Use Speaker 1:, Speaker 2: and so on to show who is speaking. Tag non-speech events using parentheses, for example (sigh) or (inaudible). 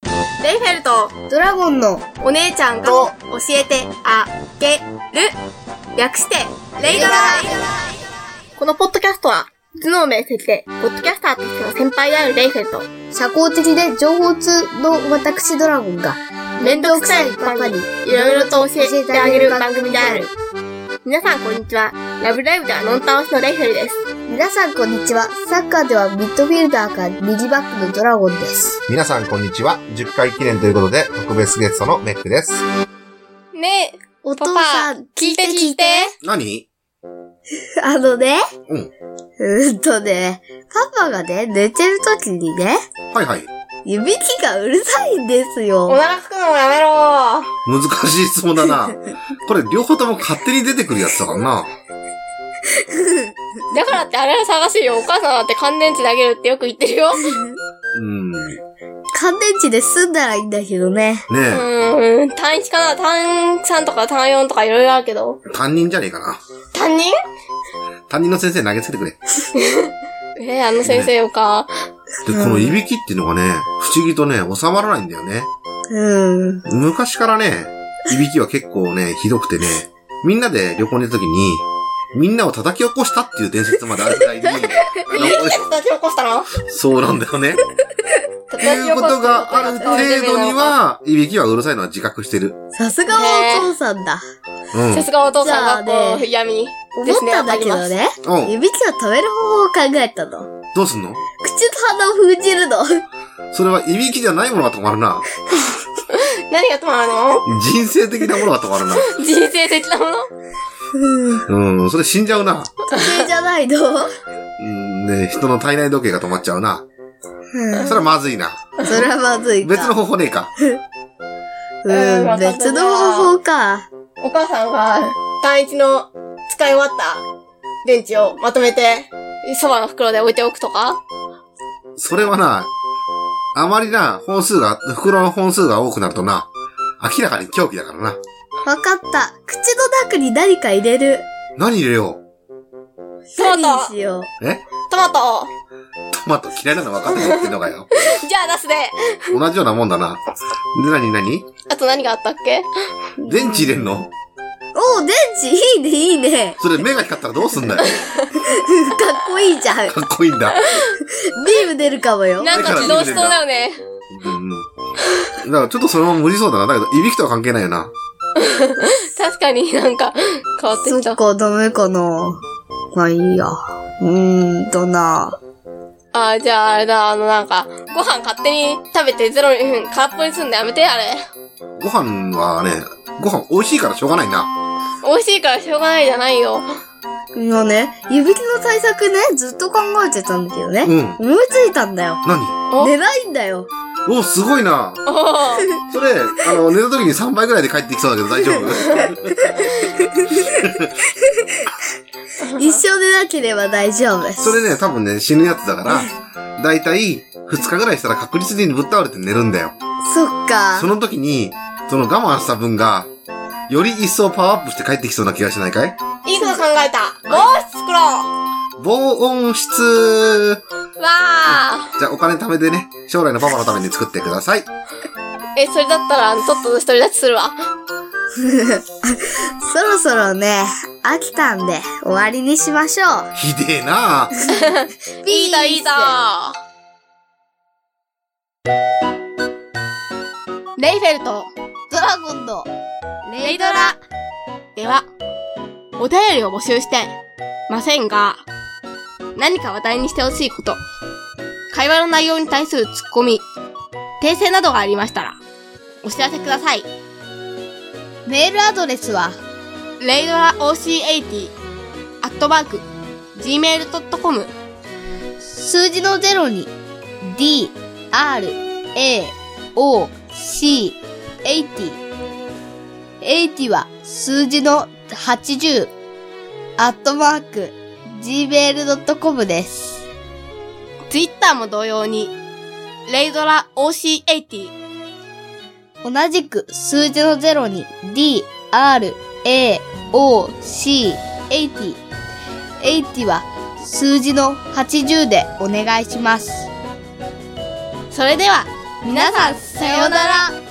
Speaker 1: イフェルト
Speaker 2: ドラゴンの
Speaker 1: お姉ちゃんが
Speaker 2: と
Speaker 1: 教えてあげる略してレイドラこのポッドキャストは頭脳明晰でポッドキャスターとしての先輩であるレイフェルト
Speaker 2: 社交的で情報通の私ドラゴンが
Speaker 1: 面倒くさいパパにいろいろと教えてあげる番組である皆さんこんにちはラブライブではノンタオスのレイフェルです
Speaker 2: 皆さんこんにちはサッカーではミッドフィルダーか右バックのドラゴンです
Speaker 3: 皆さん、こんにちは。10回記念ということで、特別ゲストのメックです。
Speaker 1: ねえ
Speaker 2: お
Speaker 1: 父さ
Speaker 2: ん
Speaker 3: 何
Speaker 2: あのね
Speaker 3: うん
Speaker 2: うーんとねパパがね寝てる時にね
Speaker 3: はいはい。
Speaker 2: いびきがうるさいんです
Speaker 1: お
Speaker 2: よ
Speaker 1: 腹すくのやめろ
Speaker 3: 難しい質問だ (laughs) な。これ、両方とも勝手に出てくるやつだからな。
Speaker 1: だからってあれは探せよお母さんだって乾電池投げるってよく言ってるよ
Speaker 3: うん。ね
Speaker 2: 乾電池で済んだらいいんだけどね
Speaker 3: え、
Speaker 1: うーん、単一かな単3とか単4とかいろいろあるけど。
Speaker 3: 担任じゃねえかな。
Speaker 1: 担任
Speaker 3: 担任の先生投げつけてくれ。
Speaker 1: えーあの先生よか。
Speaker 3: で、このいびきっていうのがね、不思議とね、収まらないんだよね。
Speaker 2: うん
Speaker 3: 昔からね、いびきは結構ね、ひどくてね、みんなで旅行に行った時に、みんなを叩き起こしたっていう伝説まであるぐ (laughs) らいに、あの
Speaker 1: 叩き起こしたの
Speaker 3: そうなんだよね。
Speaker 1: 叩き
Speaker 3: いう
Speaker 1: 起
Speaker 3: こ
Speaker 1: こした
Speaker 3: とがある程度に。は、いびきはうるさいのは自覚してる。
Speaker 2: さすがはお父さんだ
Speaker 3: うん。
Speaker 1: さすがお父さん
Speaker 2: じゃあ
Speaker 1: がこう、
Speaker 2: ね
Speaker 1: 闇。
Speaker 2: 思ったんだけどね
Speaker 3: うん。
Speaker 2: いびきを止める方法を考えたの
Speaker 3: どうすんの
Speaker 2: 口と鼻を封じるの (laughs)
Speaker 3: それはいびきじゃないものが止まるな。
Speaker 1: 何が止まるの
Speaker 3: 人生的なものが止まるな。
Speaker 1: 人生的なもの
Speaker 2: うん
Speaker 3: うん。それ死んじゃうな。
Speaker 2: 時計じゃないの。
Speaker 3: うん、ね人の体内時計が止まっちゃうな。
Speaker 2: うん
Speaker 3: それはまずいな。
Speaker 2: それはまずいか。
Speaker 3: 別の方法ねえか。
Speaker 1: うん
Speaker 2: うん、別の方法か。
Speaker 1: お母さんが、単一の使い終わった電池をまとめて、そばの袋で置いておくとか
Speaker 3: それはな、あまりな、本数が、袋の本数が多くなるとな、明らかに狂気だからな。
Speaker 2: わかった。口の中に何か入れる。
Speaker 3: 何入れよう
Speaker 1: ト
Speaker 2: 何
Speaker 1: マ
Speaker 2: にしよう。
Speaker 3: え
Speaker 1: トマト
Speaker 3: トマト嫌いなの分かってるってんのかよ。
Speaker 1: じゃあナスで
Speaker 3: 同じようなもんだな。で、なになに
Speaker 1: あと何があったっけ
Speaker 3: 電池入れんの
Speaker 2: おう、電池いいね、いいね。 (laughs)
Speaker 3: それ目が光ったらどうすんだ (laughs) よ。
Speaker 2: かっこいいじゃん。ビ
Speaker 3: かっこいいんだ。
Speaker 2: ーム出るかもよ。
Speaker 1: なんか自動しそうだよね。
Speaker 3: うんうん。だからちょっとそのまま無理そうだな。だけど、いびきとは関係ないよな。
Speaker 1: 確かになんか変わって
Speaker 2: そ
Speaker 1: き。
Speaker 2: ったか、ダメかな。まあいいや。うーんとな。
Speaker 1: あー、じゃああれだ、あのなんか、ご飯勝手に食べてゼロに、うん、空っぽにすんのやめて、あれ。
Speaker 3: ご飯はね、ご飯美味しいからしょうがないな。
Speaker 1: 美味しいからしょうがないじゃない (laughs) よ。
Speaker 2: 今ね、湯引きの対策ね、ずっと考えてたんだけどね。
Speaker 3: うん。
Speaker 2: 思いついたんだよ。
Speaker 3: 何
Speaker 1: お
Speaker 2: 寝ないんだよ。
Speaker 3: お、すごいな。
Speaker 1: おー
Speaker 3: それ、あの、寝た時に3倍ぐらいで帰ってきそうだけど大丈 (laughs) 夫
Speaker 2: 一生寝なければ大丈夫。
Speaker 3: それね、多分ね、死ぬやつだから、だいたい2日ぐらいしたら確実にぶっ倒れて寝るんだよ。
Speaker 2: そっか。
Speaker 3: その時に、その我慢した分が、より一層パワーアップして帰ってきそうな気がしないかい
Speaker 1: いいこと考えた。もう作ろ
Speaker 3: 防音室
Speaker 1: うわ
Speaker 3: じゃあお金貯めてね、将来のパパのために作ってください。
Speaker 1: ーえ、それだったら、とっとと独り立ちするわ。
Speaker 2: そろそろね、飽きたんで、終わりにしましょう。
Speaker 3: ひでえなあ
Speaker 1: いいぞ、いいぞレイフェルト、
Speaker 2: ドラゴンの、
Speaker 1: レイドラでは、お便りを募集してませんが、何か話題にしてほしいこと、会話の内容に対するツッコミ、訂正などがありましたら、お知らせください。
Speaker 2: メールアドレスは、
Speaker 1: レイドラ OC80、アットマーク、gmail.com、
Speaker 2: 数字の0に、d, r, a, o, c, 80。80は数字の80、アットマーク、gmail.com です。
Speaker 1: Twitter も同様に、レイドラ OC80、
Speaker 2: 同じく数字の0に D, R, A, O, C, 80。80は数字の80でお願いします。
Speaker 1: それでは、
Speaker 2: 皆さん、さようなら。